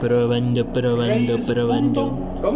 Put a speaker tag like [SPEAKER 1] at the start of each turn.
[SPEAKER 1] Probando, probando, probando.
[SPEAKER 2] ¿Cómo?